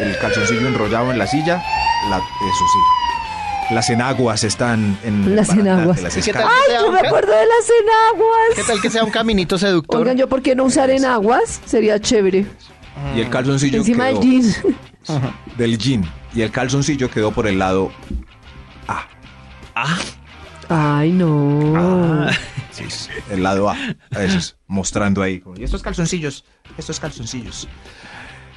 [SPEAKER 2] el calzoncillo enrollado en la silla, la- eso sí. Las enaguas están en
[SPEAKER 3] Las
[SPEAKER 2] el barandal
[SPEAKER 3] enaguas.
[SPEAKER 2] de las
[SPEAKER 4] ¿Y qué tal?
[SPEAKER 2] escaleras.
[SPEAKER 3] ¡Ay, yo me acuerdo de las
[SPEAKER 4] ¿Qué
[SPEAKER 3] enaguas!
[SPEAKER 4] tal que sea un caminito seductor?
[SPEAKER 3] Oigan, ¿yo por qué no usar enaguas? Sería chévere.
[SPEAKER 2] Y el calzoncillo
[SPEAKER 3] Encima del
[SPEAKER 2] quedó
[SPEAKER 3] jean.
[SPEAKER 2] del jean y el calzoncillo quedó por el lado A,
[SPEAKER 3] *laughs* Ay, no.
[SPEAKER 2] sí, sí, el lado A, eso *laughs* es, mostrando ahí. Y estos calzoncillos, estos calzoncillos.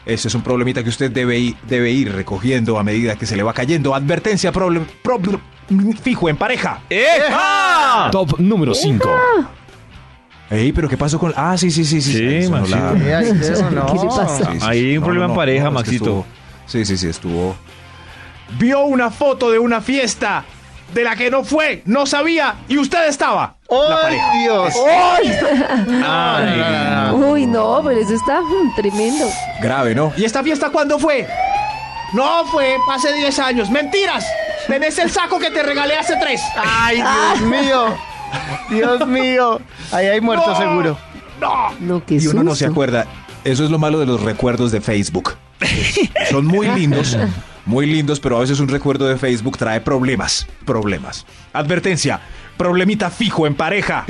[SPEAKER 2] Ese es un problemita que usted debe ir, debe ir recogiendo a medida que se le va cayendo. Advertencia, problem, problem- fijo en pareja.
[SPEAKER 6] ¡Eja!
[SPEAKER 7] Top número 5.
[SPEAKER 2] Ey, pero ¿qué pasó con...? Ah, sí, sí, sí. sí,
[SPEAKER 6] Sí,
[SPEAKER 2] Eso no
[SPEAKER 6] Maxito.
[SPEAKER 2] la-
[SPEAKER 4] Sí, ahí eso, no.
[SPEAKER 3] ¿Qué le pasa?
[SPEAKER 2] Sí, sí,
[SPEAKER 6] Ahí
[SPEAKER 2] sí.
[SPEAKER 6] hay un problema en pareja,
[SPEAKER 2] es que
[SPEAKER 6] Maxito.
[SPEAKER 2] estuvo- Sí, sí, sí, estuvo. Vio una foto de una fiesta de la que no fue, no sabía y usted estaba. la
[SPEAKER 4] ¡Ay,
[SPEAKER 2] pareja.
[SPEAKER 4] Dios!
[SPEAKER 6] Ay,
[SPEAKER 3] Uy, no, pero eso está *laughs* mm, tremendo.
[SPEAKER 2] Grave, ¿no?
[SPEAKER 5] ¿Y esta fiesta cuándo fue? No fue hace 10 años. ¡Mentiras! Tenés el saco que te regalé hace 3.
[SPEAKER 4] ¡Ay, Dios mío! ¡Dios mío! Ahí hay muerto
[SPEAKER 5] No.
[SPEAKER 4] seguro.
[SPEAKER 3] No, qué
[SPEAKER 2] Y
[SPEAKER 3] susto.
[SPEAKER 2] uno no se acuerda. Eso es lo malo de los recuerdos de Facebook. Son muy lindos, muy lindos, pero a veces un recuerdo de Facebook trae problemas, problemas. Advertencia, problemita fijo en pareja.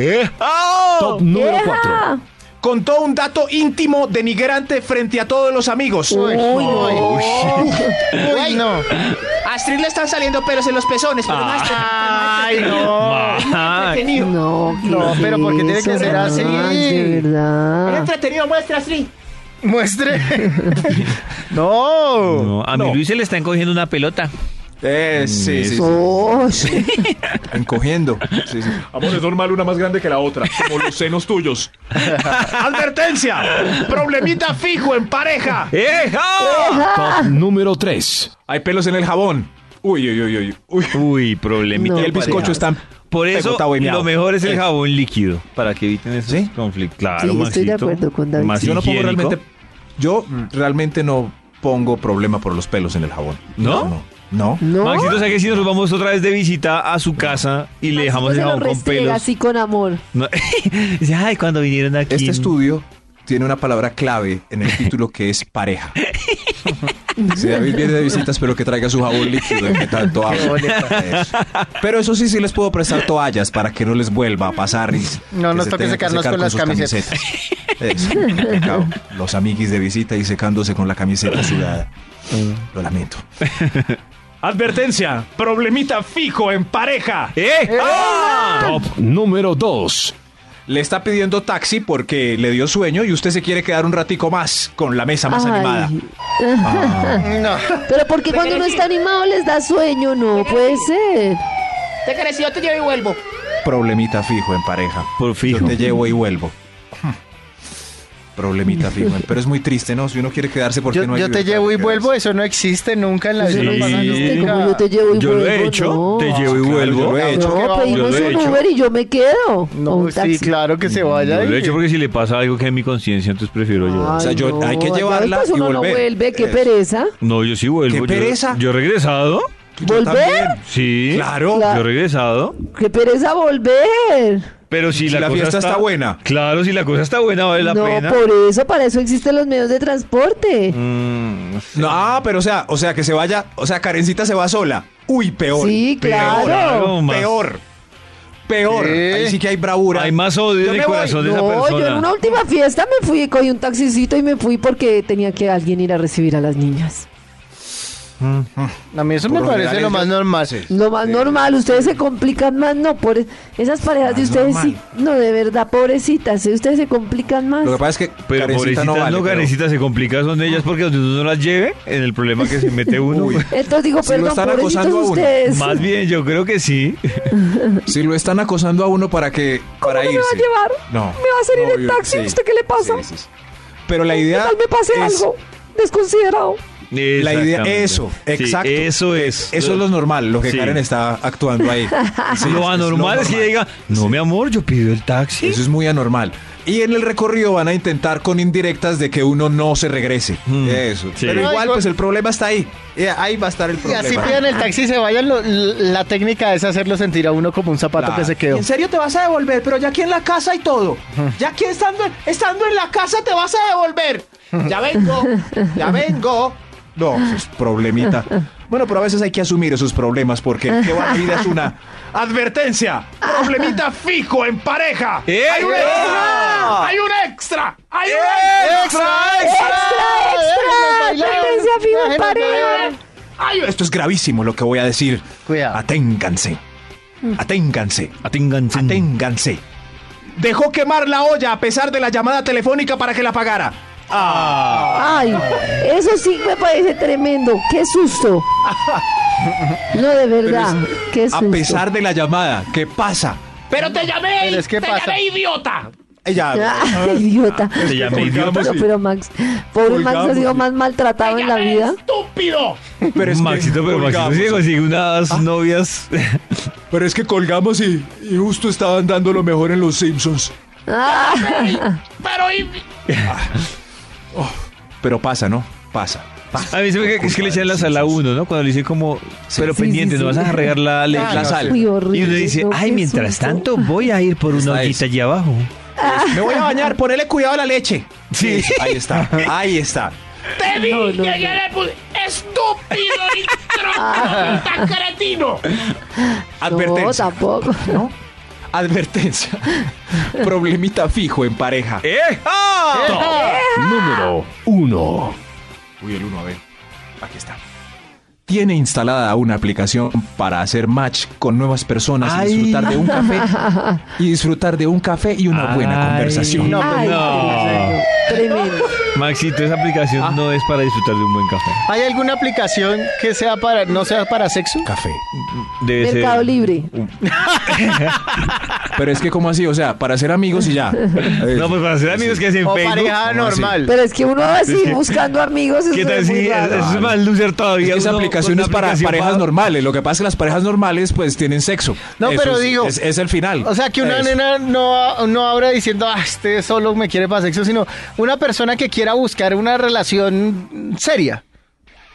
[SPEAKER 7] Top número 4.
[SPEAKER 5] contó un dato íntimo denigrante frente a todos los amigos.
[SPEAKER 4] Uy, uy, uy, no.
[SPEAKER 5] A Astrid le están saliendo pelos en los pezones, pero más te-
[SPEAKER 4] Ay, no.
[SPEAKER 6] Max.
[SPEAKER 5] entretenido.
[SPEAKER 3] No, ¿qué
[SPEAKER 4] No, pero
[SPEAKER 3] es
[SPEAKER 4] ¿por qué tiene que
[SPEAKER 3] eso?
[SPEAKER 4] ser así?
[SPEAKER 3] Ay, de
[SPEAKER 5] Era
[SPEAKER 3] verdad.
[SPEAKER 5] entretenido, muestra Astrid.
[SPEAKER 2] *laughs*
[SPEAKER 4] Muestre. No.
[SPEAKER 6] No, a mi Luis se le está encogiendo una pelota.
[SPEAKER 2] Eh, sí, sí, sí.
[SPEAKER 3] Oh, *laughs*
[SPEAKER 2] Encogiendo. Sí, sí.
[SPEAKER 8] Amor, es normal una más grande que la otra, como los senos tuyos.
[SPEAKER 5] *laughs* Advertencia. Problemita fijo en pareja.
[SPEAKER 6] ¡Eja!
[SPEAKER 7] Top número 3.
[SPEAKER 2] Hay pelos en el jabón. Uy, uy, uy, uy. uy.
[SPEAKER 6] Uy, problemita.
[SPEAKER 3] No. pues,
[SPEAKER 2] el bizcocho está.
[SPEAKER 6] Por eso
[SPEAKER 2] Pegota boimeado.
[SPEAKER 6] lo mejor es el jabón líquido para que eviten esos
[SPEAKER 2] ¿Sí?
[SPEAKER 6] conflictos. Claro,
[SPEAKER 3] Sí, estoy de
[SPEAKER 6] Maxito.
[SPEAKER 3] acuerdo con David.
[SPEAKER 6] Más
[SPEAKER 2] Yo no pongo
[SPEAKER 6] higiénico.
[SPEAKER 2] realmente. Yo realmente no pongo problema por los pelos en el jabón.
[SPEAKER 6] ¿No?
[SPEAKER 2] No. no.
[SPEAKER 3] no.
[SPEAKER 6] Maxito, o sea que si nos vamos otra vez de visita a su casa y le dejamos
[SPEAKER 3] Así se
[SPEAKER 6] el
[SPEAKER 3] lo
[SPEAKER 6] jabón con
[SPEAKER 3] restrega
[SPEAKER 6] pelos.
[SPEAKER 3] así con amor.
[SPEAKER 6] No. *laughs* Dice, Ay, cuando vinieron aquí.
[SPEAKER 2] Este estudio tiene una palabra clave en el título que es
[SPEAKER 4] *laughs*
[SPEAKER 2] pareja. Si David viene de visitas, pero que traiga su jabón líquido, que tanto habla. Eso. Pero eso sí, sí les puedo prestar toallas para que no les vuelva a pasar. y
[SPEAKER 4] No
[SPEAKER 2] que
[SPEAKER 4] nos
[SPEAKER 2] se
[SPEAKER 4] toque
[SPEAKER 2] tengan que
[SPEAKER 4] secarnos con las
[SPEAKER 2] sus
[SPEAKER 4] camisetas.
[SPEAKER 2] Eso, pecado. Los amiguis de visita y secándose con la camiseta sudada. Lo lamento.
[SPEAKER 8] *laughs* Advertencia, problemita fijo en pareja.
[SPEAKER 6] ¡Eh! ¡Ah!
[SPEAKER 7] Top número 2.
[SPEAKER 2] Le está pidiendo taxi porque le dio sueño y usted se quiere quedar un ratico más con la mesa más
[SPEAKER 3] Ay. *laughs*
[SPEAKER 2] animada.
[SPEAKER 4] No.
[SPEAKER 3] Pero porque cuando uno está animado les da sueño, no puede ser.
[SPEAKER 5] Te crees, yo te llevo y vuelvo.
[SPEAKER 2] Problemita fijo en pareja.
[SPEAKER 6] Por fijo.
[SPEAKER 2] Yo te llevo y vuelvo. Problemita fijo. Pero es muy triste, ¿no? Si uno quiere quedarse porque
[SPEAKER 4] Yo,
[SPEAKER 2] no hay
[SPEAKER 4] yo te
[SPEAKER 2] libertad
[SPEAKER 4] llevo
[SPEAKER 2] de
[SPEAKER 4] y
[SPEAKER 2] quedarse.
[SPEAKER 4] vuelvo, eso no existe nunca en la
[SPEAKER 3] Eso
[SPEAKER 4] vida.
[SPEAKER 3] no
[SPEAKER 4] no pasa
[SPEAKER 3] existe,
[SPEAKER 4] nunca.
[SPEAKER 3] como yo te llevo y
[SPEAKER 6] Yo lo he
[SPEAKER 3] vuelvo,
[SPEAKER 6] hecho,
[SPEAKER 3] no.
[SPEAKER 6] te llevo y
[SPEAKER 2] Claro,
[SPEAKER 6] vuelvo.
[SPEAKER 2] yo lo he hecho.
[SPEAKER 4] que
[SPEAKER 3] No,
[SPEAKER 4] vamos,
[SPEAKER 3] pedimos
[SPEAKER 6] yo lo he
[SPEAKER 3] un
[SPEAKER 6] hecho.
[SPEAKER 3] Uber y yo me quedo. o
[SPEAKER 4] No,
[SPEAKER 3] un taxi.
[SPEAKER 4] sí, claro que se
[SPEAKER 6] Yo lo
[SPEAKER 4] vaya.
[SPEAKER 6] he
[SPEAKER 4] y-
[SPEAKER 2] eh.
[SPEAKER 6] hecho porque si le pasa algo que es mi conciencia, entonces prefiero yo.
[SPEAKER 2] O sea, yo- hay que
[SPEAKER 3] ya
[SPEAKER 2] llevarla
[SPEAKER 3] después
[SPEAKER 2] y
[SPEAKER 3] uno no
[SPEAKER 2] volver.
[SPEAKER 3] vuelve, qué
[SPEAKER 2] Eso.
[SPEAKER 3] pereza.
[SPEAKER 6] No, yo sí vuelvo.
[SPEAKER 2] ¡Qué
[SPEAKER 6] Yo-
[SPEAKER 2] pereza!
[SPEAKER 6] Yo, he regresado.
[SPEAKER 2] Yo
[SPEAKER 3] ¿Volver?
[SPEAKER 2] también.
[SPEAKER 6] Sí.
[SPEAKER 2] Claro.
[SPEAKER 6] Yo he regresado.
[SPEAKER 3] Qué pereza volver.
[SPEAKER 6] Pero si,
[SPEAKER 2] Si la
[SPEAKER 6] cosa
[SPEAKER 2] fiesta está buena.
[SPEAKER 6] Claro, si la cosa está buena, vale la
[SPEAKER 3] no, pues,
[SPEAKER 6] pena.
[SPEAKER 3] por eso, para eso existen los medios de transporte.
[SPEAKER 6] Mm,
[SPEAKER 2] No, ah, pero o sea, o sea, que se vaya, o sea, Karencita se va sola. Uy, peor.
[SPEAKER 3] Sí,
[SPEAKER 2] peor,
[SPEAKER 3] claro.
[SPEAKER 6] Más.
[SPEAKER 2] Peor. Peor.
[SPEAKER 4] ¿Qué?
[SPEAKER 2] Ahí sí que hay bravura.
[SPEAKER 6] Hay más odio
[SPEAKER 2] Yo
[SPEAKER 6] en el
[SPEAKER 2] me voy.
[SPEAKER 6] corazón de esa
[SPEAKER 3] No,
[SPEAKER 6] persona.
[SPEAKER 3] yo en una última fiesta me fui, cogí un taxicito y me fui porque tenía que alguien ir a recibir a las niñas.
[SPEAKER 4] A mí eso
[SPEAKER 2] Por
[SPEAKER 4] me
[SPEAKER 2] lo
[SPEAKER 4] parece
[SPEAKER 2] general
[SPEAKER 4] lo
[SPEAKER 2] es
[SPEAKER 4] más
[SPEAKER 2] yo-
[SPEAKER 4] normal.
[SPEAKER 2] Sí.
[SPEAKER 3] Lo más normal, ustedes se complican más, no, por e-, esas parejas de ustedes sí, no, de verdad, pobrecitas, eh, ustedes se complican más.
[SPEAKER 2] Lo que pasa es que
[SPEAKER 6] Pero
[SPEAKER 2] Karencita
[SPEAKER 6] pobrecitas
[SPEAKER 2] no
[SPEAKER 6] no,
[SPEAKER 2] vale. pero-
[SPEAKER 6] Karencita, se complica son de ellas porque donde uno no las lleve, en el problema que
[SPEAKER 2] *laughs*
[SPEAKER 6] se mete uno. pues.
[SPEAKER 2] Uy.
[SPEAKER 3] Entonces digo,
[SPEAKER 2] Si lo
[SPEAKER 3] perdón,
[SPEAKER 2] están
[SPEAKER 3] pobrecitos
[SPEAKER 2] acosando a uno,
[SPEAKER 3] ustedes.
[SPEAKER 6] Más bien, yo creo que sí.
[SPEAKER 2] Si lo están acosando a uno para que
[SPEAKER 3] ¿Cómo
[SPEAKER 2] para
[SPEAKER 3] no
[SPEAKER 2] irse.
[SPEAKER 3] me va a llevar?
[SPEAKER 2] No.
[SPEAKER 3] Me va a salir
[SPEAKER 2] No,
[SPEAKER 3] en
[SPEAKER 2] yo-
[SPEAKER 3] taxi,
[SPEAKER 2] sí,
[SPEAKER 3] ¿usted qué le pasa?
[SPEAKER 2] sí, sí, sí. Pero la
[SPEAKER 3] ¿Qué
[SPEAKER 2] idea
[SPEAKER 3] tal me pase
[SPEAKER 2] es-
[SPEAKER 3] algo? Desconsiderado.
[SPEAKER 2] La idea
[SPEAKER 6] Exactamente.
[SPEAKER 2] eso,
[SPEAKER 6] Sí,
[SPEAKER 2] exacto. Eh,
[SPEAKER 6] eso es.
[SPEAKER 2] Eso es lo normal, lo que
[SPEAKER 6] Sí.
[SPEAKER 2] Karen está actuando
[SPEAKER 3] *laughs*
[SPEAKER 2] ahí. Sí, es- es
[SPEAKER 6] lo anormal es, que ella diga, no, mi amor, yo pido el taxi.
[SPEAKER 2] Eso es muy anormal. Y en el recorrido van a intentar con indirectas de que uno no se regrese.
[SPEAKER 6] Mm,
[SPEAKER 2] Eso.
[SPEAKER 6] sí.
[SPEAKER 2] Pero igual,
[SPEAKER 4] Ay,
[SPEAKER 2] pues el problema está ahí. Eh, Ahí va a estar el
[SPEAKER 4] Y
[SPEAKER 2] problema.
[SPEAKER 4] así pidan el taxi y se vayan, lo- la técnica es hacerlo sentir a uno como un zapato
[SPEAKER 2] Claro.
[SPEAKER 4] que se quedó.
[SPEAKER 5] En serio te vas a devolver, pero ya aquí en la casa
[SPEAKER 6] *laughs*
[SPEAKER 5] y todo. Ya aquí estando, estando en la casa te vas a devolver. Ya vengo, ya vengo.
[SPEAKER 2] No, eso es problemita. Bueno, pero a veces hay que asumir esos problemas porque qué va, la vida es una.
[SPEAKER 8] Advertencia, problemita fijo en pareja.
[SPEAKER 6] ¡Eh!
[SPEAKER 8] ¡Hay un extra! ¡Hay un extra! ¡Hay un
[SPEAKER 2] Eh.
[SPEAKER 8] extra!
[SPEAKER 2] ¡Ah!
[SPEAKER 3] ¡Extra, extra! ¡Tendencia fijo en pareja!
[SPEAKER 2] Ay, esto es gravísimo lo que voy a decir.
[SPEAKER 4] Cuidado.
[SPEAKER 2] Aténganse. Aténganse.
[SPEAKER 6] Aténganse.
[SPEAKER 2] Aténganse.
[SPEAKER 5] Dejó quemar la olla a pesar de la llamada telefónica para que la pagara.
[SPEAKER 3] Ay, eso sí me parece tremendo. Qué susto. No, de verdad. Qué
[SPEAKER 2] A
[SPEAKER 3] susto.
[SPEAKER 2] pesar de la llamada, ¿qué pasa?
[SPEAKER 5] Pero te llamé,
[SPEAKER 4] Pero es que
[SPEAKER 5] te
[SPEAKER 4] pasa.
[SPEAKER 5] llamé idiota.
[SPEAKER 2] Ella,
[SPEAKER 3] Ay, *laughs* idiota.
[SPEAKER 6] Te llamé idiota.
[SPEAKER 3] No, pero Max, pobre Max ha
[SPEAKER 2] Colgamos,
[SPEAKER 3] sido
[SPEAKER 2] sí.
[SPEAKER 3] más
[SPEAKER 5] Te
[SPEAKER 3] maltratado en la
[SPEAKER 5] llamé
[SPEAKER 3] vida.
[SPEAKER 5] estúpido.
[SPEAKER 2] pero es que Ah.
[SPEAKER 6] Maxito, pero Maxito
[SPEAKER 2] colgamos.
[SPEAKER 6] se consigue unas novias.
[SPEAKER 2] Pero es que colgamos y, y justo estaban dando lo mejor en los Simpsons.
[SPEAKER 3] Ah,
[SPEAKER 5] Pero y-
[SPEAKER 2] Pero pasa, ¿no? Pasa.
[SPEAKER 6] A mí se me que es que le echan la sal a uno, ¿no? Cuando le dicen como, pero
[SPEAKER 3] Sí,
[SPEAKER 6] pendiente,
[SPEAKER 3] sí,
[SPEAKER 6] no
[SPEAKER 3] sí.
[SPEAKER 6] vas a regar la, la-
[SPEAKER 2] Claro,
[SPEAKER 6] la
[SPEAKER 2] sí.
[SPEAKER 6] sal.
[SPEAKER 3] Muy
[SPEAKER 6] y
[SPEAKER 3] horrible,
[SPEAKER 6] uno dice,
[SPEAKER 3] no,
[SPEAKER 6] ay,
[SPEAKER 3] qué
[SPEAKER 6] mientras
[SPEAKER 3] susto".
[SPEAKER 6] tanto voy a ir por una
[SPEAKER 2] Esta es.
[SPEAKER 6] ollita allí abajo.
[SPEAKER 2] Me voy a bañar, ponele cuidado a la leche.
[SPEAKER 6] Sí.
[SPEAKER 2] Ahí está, ahí
[SPEAKER 5] *laughs*
[SPEAKER 2] está.
[SPEAKER 5] te vi
[SPEAKER 3] No, no,
[SPEAKER 5] y ayer le puse, estúpido y cretino.
[SPEAKER 2] Advertencia.
[SPEAKER 3] No, tampoco.
[SPEAKER 2] ¿no? Advertencia. *laughs* Problemita fijo en pareja.
[SPEAKER 7] Número 1.
[SPEAKER 2] Uy, el 1, a ver. Aquí está. Tiene instalada una aplicación para hacer match con nuevas personas y
[SPEAKER 6] Ay.
[SPEAKER 2] disfrutar de un café y disfrutar de un café y una buena
[SPEAKER 6] Ay.
[SPEAKER 2] conversación.
[SPEAKER 6] No, pues
[SPEAKER 3] Ay,
[SPEAKER 6] no.
[SPEAKER 3] Tremendo.
[SPEAKER 6] Maxito, esa
[SPEAKER 2] Ah.
[SPEAKER 6] aplicación no es para disfrutar de un buen café.
[SPEAKER 4] ¿Hay alguna aplicación que sea para no sea para sexo?
[SPEAKER 2] Café.
[SPEAKER 6] Debe ser-
[SPEAKER 3] Mercado Libre.
[SPEAKER 2] Pero es que como así, o sea, para ser amigos y ya.
[SPEAKER 6] No, pues para ser amigos que hacen
[SPEAKER 4] O
[SPEAKER 6] Facebook.
[SPEAKER 4] pareja
[SPEAKER 2] ¿Cómo así?
[SPEAKER 4] normal.
[SPEAKER 3] Pero es que uno va así
[SPEAKER 6] Es que-
[SPEAKER 3] buscando amigos.
[SPEAKER 6] ¿Qué
[SPEAKER 3] eso
[SPEAKER 6] tal
[SPEAKER 3] es muy
[SPEAKER 6] si es,
[SPEAKER 3] raro.
[SPEAKER 6] es más loser
[SPEAKER 2] Es
[SPEAKER 6] todavía?
[SPEAKER 2] que esa
[SPEAKER 6] uno
[SPEAKER 2] aplicación
[SPEAKER 6] con
[SPEAKER 2] es para
[SPEAKER 6] aplicación
[SPEAKER 2] parejas
[SPEAKER 6] va-
[SPEAKER 2] normales. Lo que pasa es que las parejas normales pues tienen sexo.
[SPEAKER 4] No,
[SPEAKER 2] Eso
[SPEAKER 4] pero
[SPEAKER 2] es-
[SPEAKER 4] digo-
[SPEAKER 2] Es, es el final.
[SPEAKER 4] O sea, que una
[SPEAKER 2] Eso.
[SPEAKER 4] nena no, no abra diciendo, ah, este solo me quiere para sexo, sino una persona que quiera buscar una relación seria.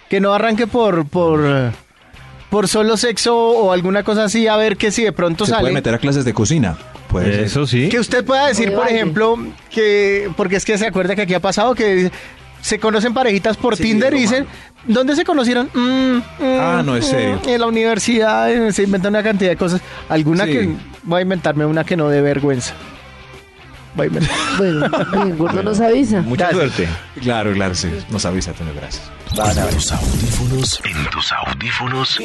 [SPEAKER 4] Que no arranque por, por, eh, por solo sexo o alguna cosa así, a ver que si de pronto
[SPEAKER 2] Se
[SPEAKER 4] sale.
[SPEAKER 2] puede meter a clases de cocina. Puede ser.
[SPEAKER 6] Eso sí.
[SPEAKER 4] Que usted pueda decir,
[SPEAKER 3] de
[SPEAKER 4] por
[SPEAKER 3] baile.
[SPEAKER 4] ejemplo, que. Porque es que se acuerda que aquí ha pasado que se conocen parejitas por
[SPEAKER 2] Sí,
[SPEAKER 4] Tinder y
[SPEAKER 2] es lo
[SPEAKER 4] dicen, ¿dónde se conocieron? Mm, mm,
[SPEAKER 2] Ah, no, es
[SPEAKER 4] mm,
[SPEAKER 2] serio.
[SPEAKER 4] En la universidad eh, se inventan una cantidad de cosas. Alguna
[SPEAKER 2] Sí.
[SPEAKER 4] que. Voy a inventarme una que no dé vergüenza. Voy a inventar.
[SPEAKER 3] Bueno, bien, gordo nos avisa.
[SPEAKER 6] Mucha
[SPEAKER 4] Gracias.
[SPEAKER 6] suerte.
[SPEAKER 2] Claro, claro, sí. Nos avisa, Antonio, gracias.
[SPEAKER 9] Tus audífonos. En tus audífonos.